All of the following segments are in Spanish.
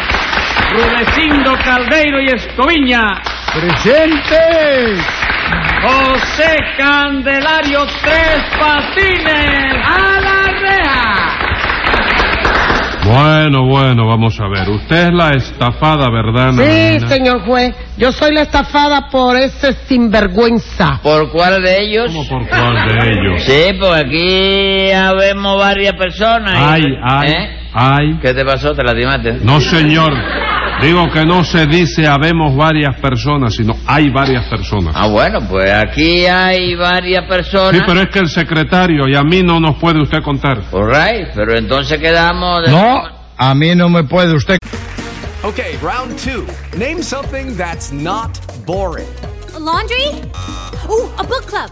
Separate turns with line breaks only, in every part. Rudecindo Caldeiro y Escoviña.
Presente.
José Candelario Tres Patines. ¡A la reja!
Bueno, bueno, vamos a ver. Usted es la estafada, ¿verdad,
Sí,
nananina?
señor juez. Yo soy la estafada por ese sinvergüenza.
¿Por cuál de ellos?
¿Cómo por cuál de ellos?
Sí, porque aquí habemos varias personas.
Ay, ay,
¿Eh?
ay.
¿Qué te pasó? ¿Te lastimaste?
No, señor. Digo que no se dice habemos varias personas, sino hay varias personas.
Ah, bueno, pues aquí hay varias
Sí,
personas.
pero es que el secretario y a mí no nos puede usted contar.
All right, pero entonces quedamos... de-
a mí no me puede usted.
Okay, round two. Name something that's not boring.
A laundry? Ooh, a book club.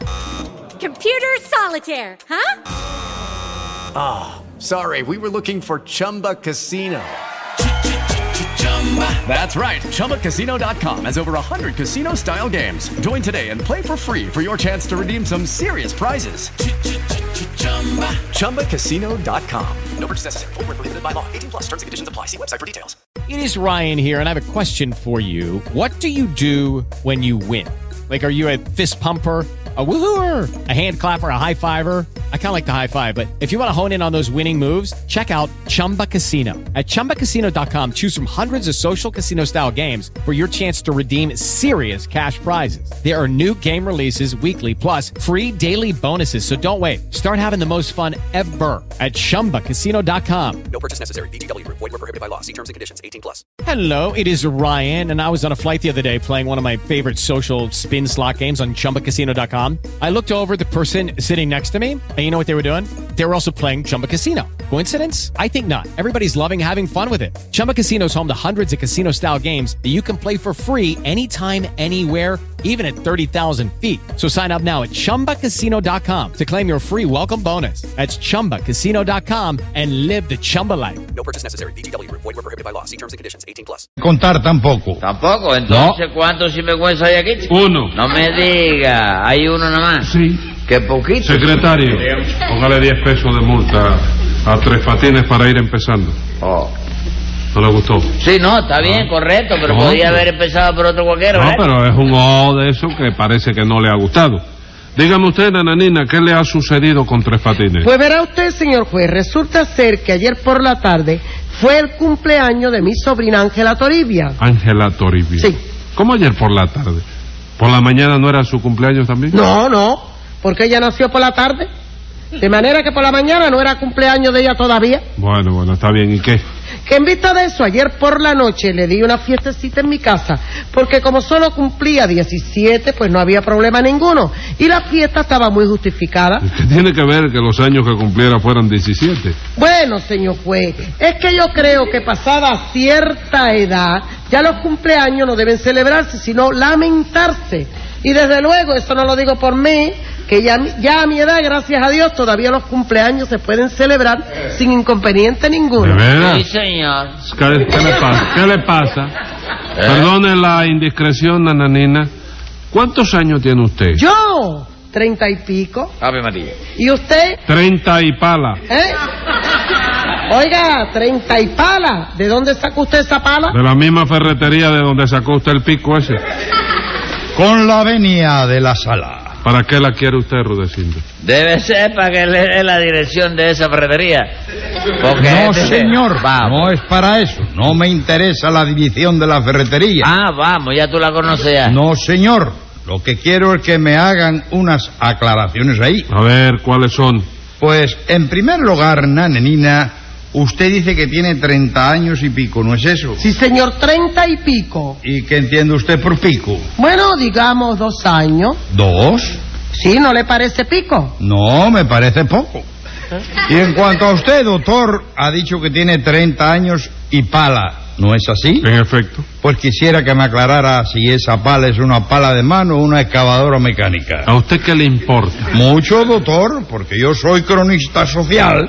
Computer solitaire, huh?
Ah, Sorry, we were looking for Chumba Casino. That's right. ChumbaCasino.com has over 100 casino style games. Join today and play for free for your chance to redeem some serious prizes. ChumbaCasino.com. No purchase necessary. Void where prohibited by law. 18 plus terms and conditions apply. See website for details.
It is Ryan here, and I have a question for you. What do you do when you win? Like, are you a fist pumper? A woohooer, a hand clapper, a high fiver. I kind of like the high five, but if you want to hone in on those winning moves, check out Chumba Casino. At chumbacasino.com, choose from hundreds of social casino style games for your chance to redeem serious cash prizes. There are new game releases weekly, plus free daily bonuses. So don't wait. Start having the most fun ever at chumbacasino.com.
No purchase necessary. BGW. Void were prohibited by law. See terms and conditions. 18 plus.
Hello, it is Ryan, and I was on a flight the other day playing one of my favorite social spin slot games on chumbacasino.com. I looked over at the person sitting next to me, and you know what they were doing? They were also playing Chumba Casino. Coincidence? I think not. Everybody's loving having fun with it. Chumba Casino is home to hundreds of casino style games that you can play for free anytime, anywhere even at 30,000 feet. So sign up now at ChumbaCasino.com to claim your free welcome bonus. That's ChumbaCasino.com and live the Chumba life.
No purchase necessary. BGW. Void were prohibited by law. See terms and conditions. 18 plus.
Contar tampoco.
Tampoco, entonces ¿cuántos sinvergüenza hay aquí? chico?
Uno.
No me diga, hay uno nada más.
Sí.
Qué poquito.
Secretario, póngale 10 pesos de multa A Tres Patines para ir empezando. ¿No le gustó?
Sí, no, está bien, correcto, pero
Ah. No,
podía
no.
haber empezado por otro cualquiera,
No,
¿verdad?
pero es un O de eso que parece que no le ha gustado. Dígame usted, Nananina, ¿qué le ha sucedido con Tres Patines?
Pues verá usted, señor juez, resulta ser que ayer por la tarde fue el cumpleaños de mi sobrina Ángela Toribia.
Ángela Toribio.
Sí.
¿Cómo ayer por la tarde? ¿Por la mañana no era su cumpleaños también?
No, no, porque ella nació por la tarde. De manera que por la mañana no era cumpleaños de ella todavía.
Bueno, bueno, está bien. ¿Y qué?
Que en vista de eso, ayer por la noche le di una fiestecita en mi casa, porque como solo cumplía 17, pues no había problema ninguno. Y la fiesta estaba muy justificada.
¿Qué tiene que ver que los años que cumpliera fueran 17?
Bueno, señor juez, es que yo creo que pasada cierta edad, ya los cumpleaños no deben celebrarse, sino lamentarse. Y desde luego, eso no lo digo por mí, que ya, ya a mi edad, gracias a Dios, todavía los cumpleaños se pueden celebrar sin inconveniente ninguno.
¿De veras?
Sí, señor.
¿Qué, qué le pasa? ¿Qué le pasa?
¿Eh?
Perdone la indiscreción, Nananina. ¿Cuántos años tiene usted?
Yo, treinta y pico.
Ave María.
¿Y usted?
Treinta y pala.
¿Eh? Oiga, treinta y pala. ¿De dónde sacó usted esa pala?
De la misma ferretería de donde sacó usted el pico ese.
Con la venia de la sala.
¿Para qué la quiere usted, Rudecindo?
Debe ser para que le dé la dirección de esa ferretería. Porque
No,
este-
señor.
Vamos.
No es para eso. No me interesa la dirección de la ferretería.
Ah, vamos, ya tú la conoces ya.
No, señor. Lo que quiero es que me hagan unas aclaraciones ahí.
A ver, ¿cuáles son?
Pues, en primer lugar, Nanenina, usted dice que tiene 30 años y pico, ¿no es eso?
Sí, señor, treinta y pico.
¿Y qué entiende usted por pico?
Bueno, digamos dos años.
¿Dos?
Sí, ¿no le parece pico? ¿Eh?
No, me parece poco. Y en cuanto a usted, doctor, ha dicho que tiene 30 años y pala, ¿no es así?
En efecto.
Pues quisiera que me aclarara si esa pala es una pala de mano o una excavadora mecánica.
¿A usted qué le importa?
Mucho, doctor, porque yo soy cronista social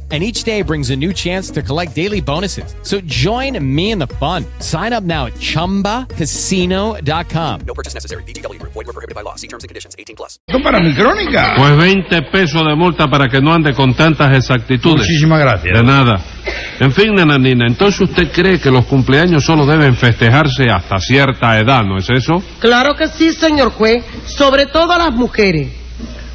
And each day brings a new chance to collect daily bonuses. So join me in the fun. Sign up now at chumbacasino.com.
No purchase necessary. VGW Group. Void were prohibited by law. See terms and conditions. 18 plus.
para mi crónica.
Pues 20 pesos de multa para que no ande con tantas exactitudes.
Muchísimas gracias.
De nada. En fin, Nananina, entonces usted cree que los cumpleaños solo deben festejarse hasta cierta edad, ¿no es eso?
Claro que sí, señor juez, sobre todo a las mujeres.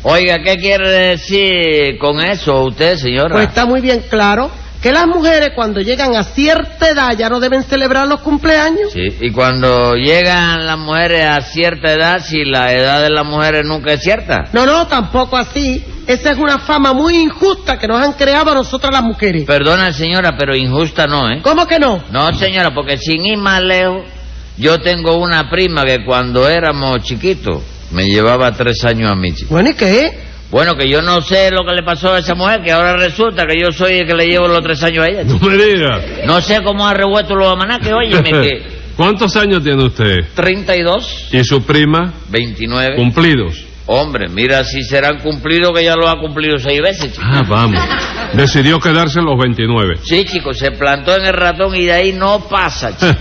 Oiga, ¿qué quiere decir con eso usted, señora?
Pues está muy bien claro que las mujeres cuando llegan a cierta edad ya no deben celebrar los cumpleaños.
Sí, y cuando llegan las mujeres a cierta edad, si la edad de las mujeres nunca es cierta.
No, no, tampoco así. Esa es una fama muy injusta que nos han creado a nosotras las mujeres.
Perdona, señora, pero injusta no, ¿eh?
¿Cómo que no?
No, señora, porque sin ir más lejos, yo tengo una prima que cuando éramos chiquitos me llevaba tres años a mí. chico.
Bueno, ¿y qué?
Bueno, que yo no sé lo que le pasó a esa mujer, que ahora resulta que yo soy el que le llevo los tres años a ella.
No
chico.
me diga.
No sé cómo ha revuelto los amanaques, oye, que
¿Cuántos años tiene usted?
32,
¿Y su prima?
29.
Cumplidos.
Hombre, mira si serán cumplidos que ya lo ha cumplido seis veces, chico.
Ah, vamos. Decidió quedarse los 29.
Sí, chico, se plantó en el ratón y de ahí no pasa, chico.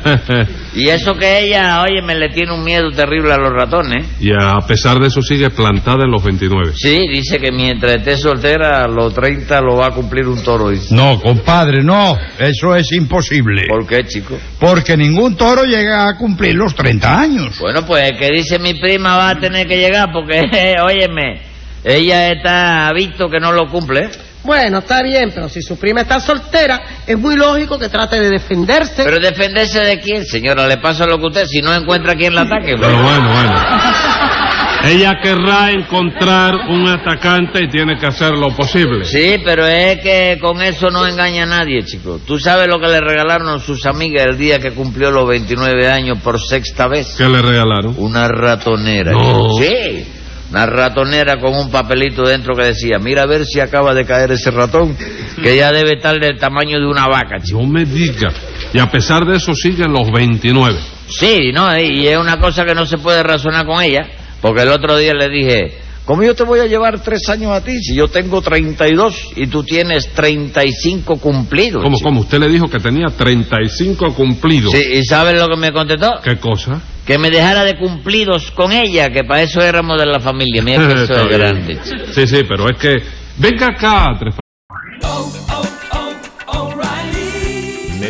Y eso que ella, oye, me le tiene un miedo terrible a los ratones. ¿eh?
Y a pesar de eso sigue plantada en los 29.
Sí, dice que mientras esté soltera, a los 30 lo va a cumplir un toro. dice.
No, compadre, no. Eso es imposible. ¿Por
qué, chico?
Porque ningún toro llega a cumplir los 30 años.
Bueno, pues que dice mi prima va a tener que llegar porque, óyeme, ella está visto que no lo cumple. ¿eh?
Bueno, está bien, pero si su prima está soltera, es muy lógico que trate de defenderse.
Pero defenderse de quién, señora, le pasa lo que usted, si no encuentra quien la ataque.
Pero bueno, bueno. Ella querrá encontrar un atacante y tiene que hacer lo posible.
Sí, pero es que con eso no engaña a nadie, chico. Tú sabes lo que le regalaron sus amigas el día que cumplió los 29 años por sexta vez.
¿Qué le regalaron?
Una ratonera.
No.
Sí. Una ratonera con un papelito dentro que decía, mira a ver si acaba de caer ese ratón, que ya debe estar del tamaño de una vaca, chico.
No me diga. Y a pesar de eso siguen los 29.
Sí, no, y es una cosa que no se puede razonar con ella, porque el otro día le dije, ¿cómo yo te voy a llevar tres años a ti si yo tengo 32 y tú tienes 35 cumplidos?
¿Cómo,
chico?".
cómo? Usted le dijo que tenía 35 cumplidos.
Sí, ¿y sabes lo que me contestó?
¿Qué cosa?
Que me dejara de cumplidos con ella, que para eso éramos de la familia. Mira que eso
Está
es
bien.
grande. chico.
Sí, sí, pero es que... Venga acá, Tres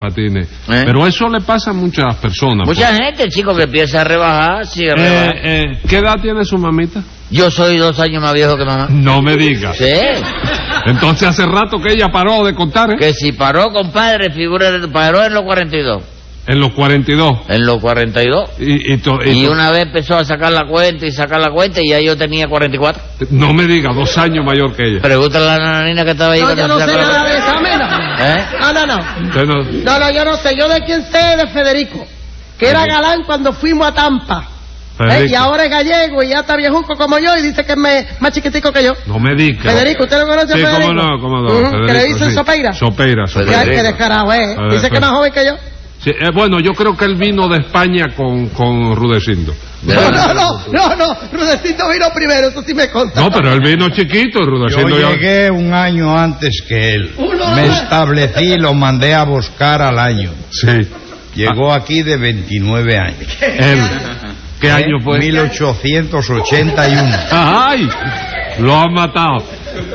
Patines. Pero eso le pasa a muchas personas.
¿Eh? Mucha
pues.
gente, chico, que empieza a rebajar, sí, a
Eh,
rebajar.
eh, ¿Qué edad tiene su mamita?
Yo soy dos años más viejo que mamá.
No me diga.
Sí.
Entonces hace rato que ella paró de contar, ¿eh?
Que si paró, compadre, figura, paró en los 42.
En los 42.
En los 42.
Y, y to- y
Y
to-
una vez empezó a sacar la cuenta y sacar la cuenta y ya yo tenía 44.
No me diga, dos años mayor que ella.
Pregúntale a la nananina que estaba ahí.
No,
cuando
yo no
se
sé
sacó la
nada de
cuenta.
esa mena.
¿Eh?
No, no, no.
Usted no-
No, no, yo no sé. Yo de quién sé de Federico, que era galán cuando fuimos a Tampa. ¿eh?
Federico.
Y ahora es gallego y ya está viejuco como yo y dice que es me- más chiquitico que yo.
No me diga.
Federico, ¿usted lo conoce a
Sí,
Federico?
cómo no, cómo no.
Ujú,
Federico,
que le dicen
sí.
Sopeira.
Sopeira,
Ya,
Sopeira.
que descarado, ¿eh?
Federico.
Dice que es más joven que yo.
Sí, eh, bueno, yo creo que él vino de España con, con Rudecindo.
No, no, no, no, no. Rudecindo vino primero, eso sí me consta.
No, pero él vino chiquito,
Yo
Rudecindo. ya-
llegué un año antes que él. Me establecí y lo mandé a buscar al año.
Sí.
Llegó aquí de 29 años.
Él.
Eh,
¿Qué año fue?
1881.
¡Ay! Lo han matado.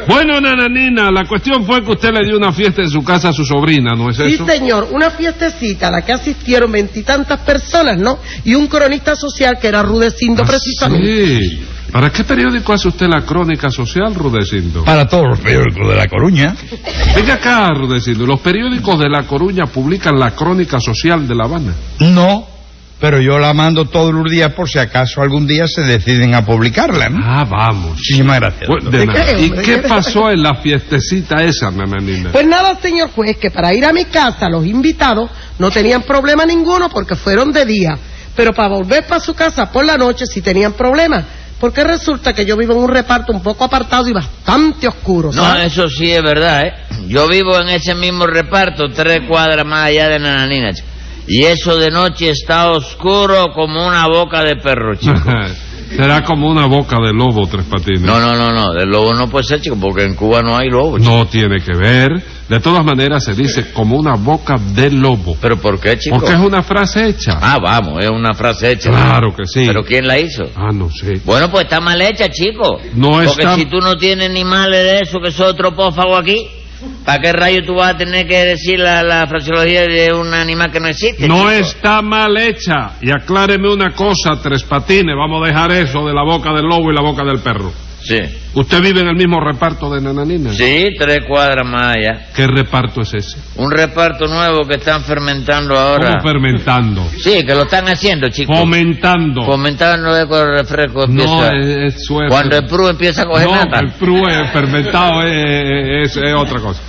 Bueno, nananina, la cuestión fue que usted le dio una fiesta en su casa a su sobrina, ¿no es
Sí,
eso?
señor, una fiestecita a la que asistieron veintitantas personas, ¿no? Y un cronista social que era
Ah,
Rudecindo precisamente.
Sí. ¿Para qué periódico hace usted la crónica social, Rudecindo?
Para todos los periódicos de La Coruña.
Venga acá, Rudecindo. Los periódicos de La Coruña publican la crónica social de La Habana.
No, pero yo la mando todos los días por si acaso algún día se deciden a publicarla, ¿no?
Ah, vamos.
Muchísimas gracias.
Bueno, de
doctor.
nada.
qué,
¿Y
hombre?
qué pasó en la fiestecita esa, nananina?
Pues nada, señor juez, que para ir a mi casa los invitados no tenían problema ninguno porque fueron de día, pero para volver para su casa por la noche sí tenían problemas, porque resulta que yo vivo en un reparto un poco apartado y bastante oscuro.
No,
¿sabes?
eso sí es verdad, ¿eh? Yo vivo en ese mismo reparto, tres cuadras más allá de Nananina, Pues, chico. Y eso de noche está oscuro como una boca de perro, chico.
Será como una boca de lobo, tres patines.
No, pues, no, no, no. El lobo no puede ser, chico, porque en Cuba no hay lobo.
No tiene que ver. De todas maneras se dice como una boca de lobo.
¿Pero por qué, chico?
Porque es una frase hecha.
Ah, vamos, es una frase hecha.
Claro que sí.
¿Pero quién la hizo?
Ah, no sé.
Bueno, pues está mal hecha, chico.
No
Porque
está-
si tú no tienes ni males de eso, que soy tropófago aquí, ¿para qué rayo tú vas a tener que decir la, la fraseología de un animal que no existe?
No
chico?
está mal hecha. Y acláreme una cosa, tres patines. Vamos a dejar eso de la boca del lobo y la boca del perro.
Sí.
¿Usted vive en el mismo reparto de nananina?
Sí, tres cuadras más allá.
¿Qué reparto es ese?
Un reparto nuevo que están fermentando ahora.
¿Cómo fermentando?
Sí, que lo están haciendo, chicos.
Fomentando.
Fomentando es cuando el refresco
No,
empieza.
es, es suerte.
cuando el prue empieza a coger
No,
nata.
el prue es fermentado es, es- es otra cosa.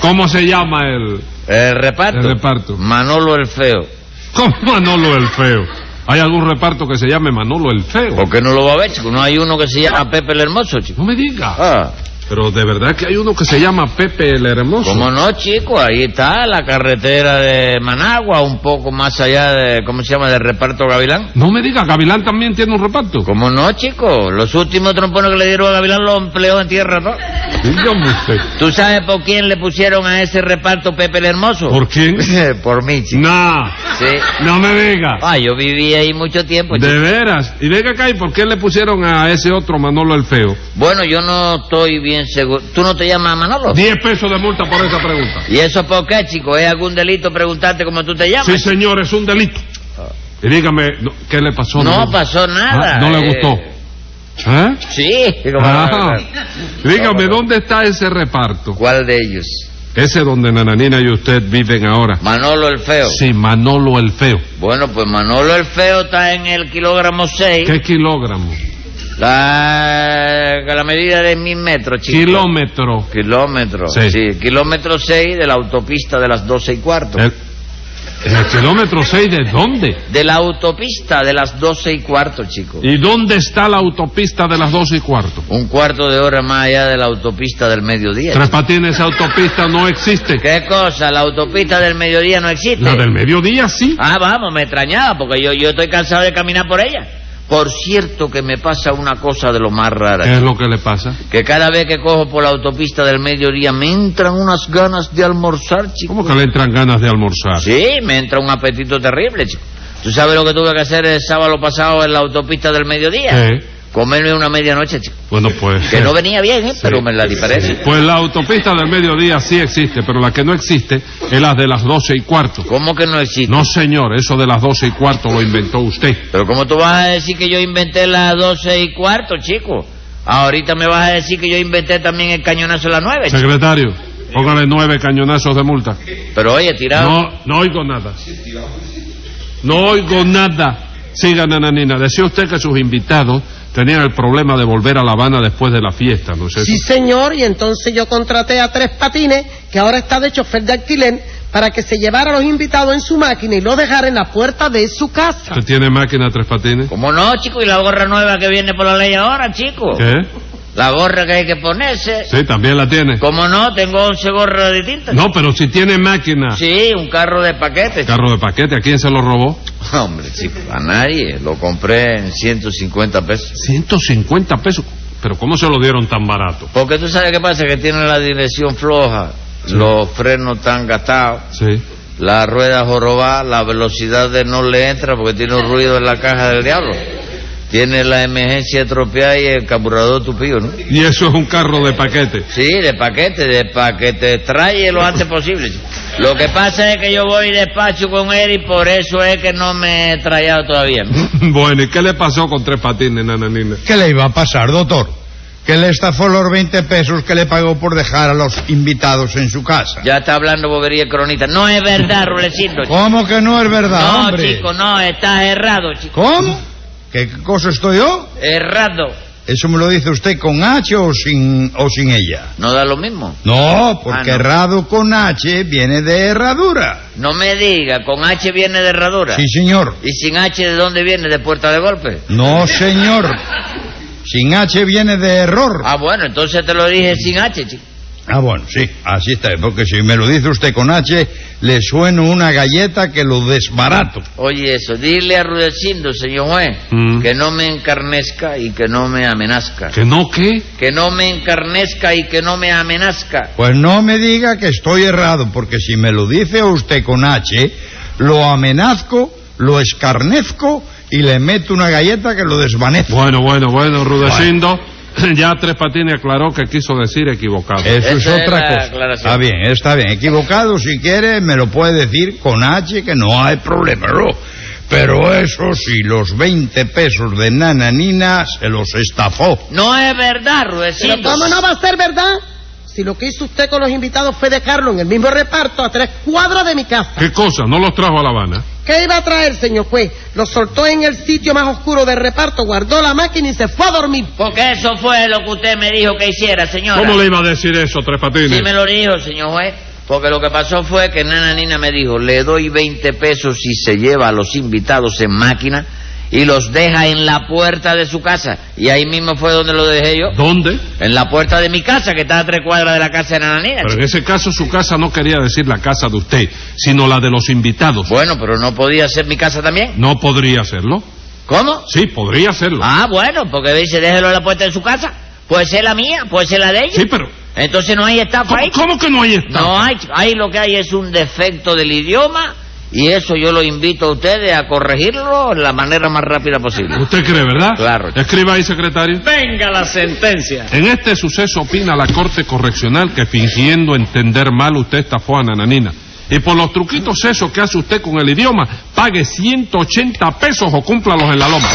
¿Cómo se llama el...?
El reparto.
El reparto.
Manolo el Feo.
¿Cómo Manolo el Feo? ¿Hay algún reparto que se llame Manolo el Feo?
¿Por qué no lo va a ver, chico? No hay uno que se llama Pepe el Hermoso, chico.
No me diga.
Ah.
Pero de verdad que hay uno que se llama Pepe el Hermoso.
¿Cómo no, chico? Ahí está la carretera de Managua, un poco más allá de, ¿cómo se llama?, del reparto Gavilán.
No me diga, Gavilán también tiene un reparto.
¿Cómo no, chico? Los últimos trompones que le dieron a Gavilán los empleó en tierra, ¿no?
Dígame usted.
¿Tú sabes por quién le pusieron a ese reparto Pepe el Hermoso?
¿Por quién?
Por mí, chico.
Nah,
Sí.
no me diga.
Ah, pues yo viví ahí mucho tiempo, chico.
De veras. Y venga acá, ¿y por qué le pusieron a ese otro Manolo el Feo?
Bueno, yo no estoy bien seguro. ¿Tú no te llamas Manolo?
Diez pesos de multa por esa pregunta.
¿Y eso por qué, chico? ¿Es algún delito preguntarte cómo tú te llamas?
Sí, señor, es un delito. Y dígame, no, ¿qué le pasó?
No
le-
pasó nada.
Ah, ¿No le
eh.
gustó? ¿Eh?
Sí. ¿cómo no?
Ah, dígame, ¿dónde está ese reparto?
¿Cuál de ellos?
Ese donde Nananina y usted viven ahora.
Manolo el Feo.
Sí, Manolo el Feo.
Bueno, pues Manolo el Feo está en el kilogramo 6.
¿Qué kilogramo?
La, la medida de mil metros, chico.
Kilómetro.
Kilómetro.
Sí.
sí. Kilómetro 6 de la autopista de las 12 y cuarto.
El, el kilómetro 6 de dónde?
De la autopista de las 12 y cuarto, chico.
¿Y dónde está la autopista de las dos y cuarto?
Un cuarto de hora más allá de la autopista del mediodía.
Tres Patines, esa autopista no existe.
¿Qué cosa? ¿La autopista del mediodía no existe?
La del mediodía sí.
Ah, vamos, me extrañaba porque yo, yo estoy cansado de caminar por ella. Por cierto que me pasa una cosa de lo más rara.
¿Qué es lo que le pasa?
Que cada vez que cojo por la autopista del mediodía me entran unas ganas de almorzar, chico.
¿Cómo que le entran ganas de almorzar?
Sí, me entra un apetito terrible, chico. ¿Tú sabes lo que tuve que hacer el sábado pasado en la autopista del mediodía?
¿Qué?
Comerme una medianoche, chico.
Bueno, pues...
Que no venía bien, ¿eh? pero me la diferencia.
Pues la autopista del mediodía sí existe, pero la que no existe es la de las doce y cuarto.
¿Cómo que no existe?
No, señor, eso de las doce y cuarto lo inventó usted.
Pero ¿cómo tú vas a decir que yo inventé las doce y cuarto, chico? Ahorita me vas a decir que yo inventé también el cañonazo a las nueve, chico.
Secretario, póngale nueve cañonazos de multa.
Pero oye, tirado.
No, no oigo nada. No oigo nada. Siga, nananina. Decía usted que sus invitados tenían el problema de volver a La Habana después de la fiesta, ¿no es eso?
Sí, señor, y entonces yo contraté a Tres Patines, que ahora está de chofer de alquiler, para que se llevara a los invitados en su máquina y los dejara en la puerta de su casa.
¿Usted tiene máquina tres patines?
¿Cómo no, chico? ¿Y la gorra nueva que viene por la ley ahora, chico?
¿Qué?
La gorra que hay que ponerse.
Sí, también la tiene.
¿Cómo no? Tengo once gorras distintas.
No, pero si tiene máquina.
Sí, un carro de paquete.
Carro de paquete, ¿a quién se lo robó?
chico. Hombre, chico, a nadie. Lo compré en 150 pesos.
150 pesos. Pero ¿cómo se lo dieron tan barato?
Porque tú sabes qué pasa, que tiene la dirección floja, los frenos tan gastados.
Sí.
La rueda jorobada, la velocidad de no le entra porque tiene un ruido en la caja del diablo. Tiene la emergencia estropeada y el carburador tupido, ¿no?
Y eso es un carro de paquete.
Sí, de paquete, de paquete, trae lo antes posible. chico. Lo que pasa es que yo voy despacho con él y por eso es que no me he trayado todavía. ¿no?
Bueno, ¿y qué le pasó con tres patines, nananina?
¿Qué le iba a pasar, doctor? Que le estafó los 20 pesos que le pagó por dejar a los invitados en su casa.
Ya está hablando bobería el cronista. No es verdad, Rulecito. chico.
¿Cómo que no es verdad,
No,
hombre?
chico, no, estás errado, chico.
¿Cómo? ¿Qué cosa estoy yo?
Errado.
¿Eso me lo dice usted con H o sin, o sin ella?
No da lo mismo.
No, porque
Ah, no.
errado con H viene de herradura.
No me diga, con H viene de herradura.
Sí, señor.
¿Y sin H de dónde viene? ¿De puerta de golpe?
No, señor. Sin H viene de error.
Ah, bueno, entonces te lo dije sin H, chico.
Ah, bueno, sí, así está. Porque si me lo dice usted con H, le sueno una galleta que lo desbarato.
Oye, eso, dile a Rudecindo, señor juez, que no me encarnezca y que no me amenazca.
¿Que no Mm. qué?
Que no me encarnezca y que no me amenazca.
Pues no me diga que estoy errado, porque si me lo dice usted con H, lo amenazco, lo escarnezco y le meto una galleta que lo desvanezco.
Bueno, bueno, bueno, Rudecindo. Ya Tres Patines aclaró que quiso decir equivocado.
Eso es otra cosa. Está bien, está bien. Equivocado, si quiere, me lo puede decir con H, que no hay problema, ¿no? Pero eso sí, los 20 pesos de Nana Nina se los estafó.
No es verdad,
Pero
Rudecindo.
¿Cómo no va a ser verdad? Si lo que hizo usted con los invitados fue dejarlo en el mismo reparto a tres cuadras de mi casa.
¿Qué cosa? ¿No los trajo a La Habana?
¿Qué iba a traer, señor juez? Lo soltó en el sitio más oscuro del reparto, guardó la máquina y se fue a dormir.
Porque eso fue lo que usted me dijo que hiciera, señora.
¿Cómo le iba a decir eso, Tres Patines?
Sí me lo dijo, señor juez. Porque lo que pasó fue que Nana Nina me dijo, le doy 20 pesos si se lleva a los invitados en máquina y los deja en la puerta de su casa. Y ahí mismo fue donde lo dejé yo.
¿Dónde?
En la puerta de mi casa, que está a tres cuadras de la casa de Nana Nina.
Pero en ese caso su casa no quería decir la casa de usted, sino la de los invitados.
Bueno, pero no podía ser mi casa también.
No podría hacerlo.
¿Cómo?
Sí, podría hacerlo.
Ah, bueno, porque dice, déjelo en la puerta de su casa. Puede ser la mía, puede ser la de ella.
Sí, pero...
Entonces no hay estafa
¿Cómo,
ahí.
cómo que no hay estafa?
No hay, ahí lo que hay es un defecto del idioma y eso yo lo invito a ustedes a corregirlo de la manera más rápida posible.
¿Usted cree, verdad? Claro. Escriba ahí, secretario.
Venga la sentencia.
En este suceso opina la Corte Correccional que fingiendo entender mal usted estafó a Nananina. Y por los truquitos esos que hace usted con el idioma, pague 180 pesos o cúmplalos en la loma.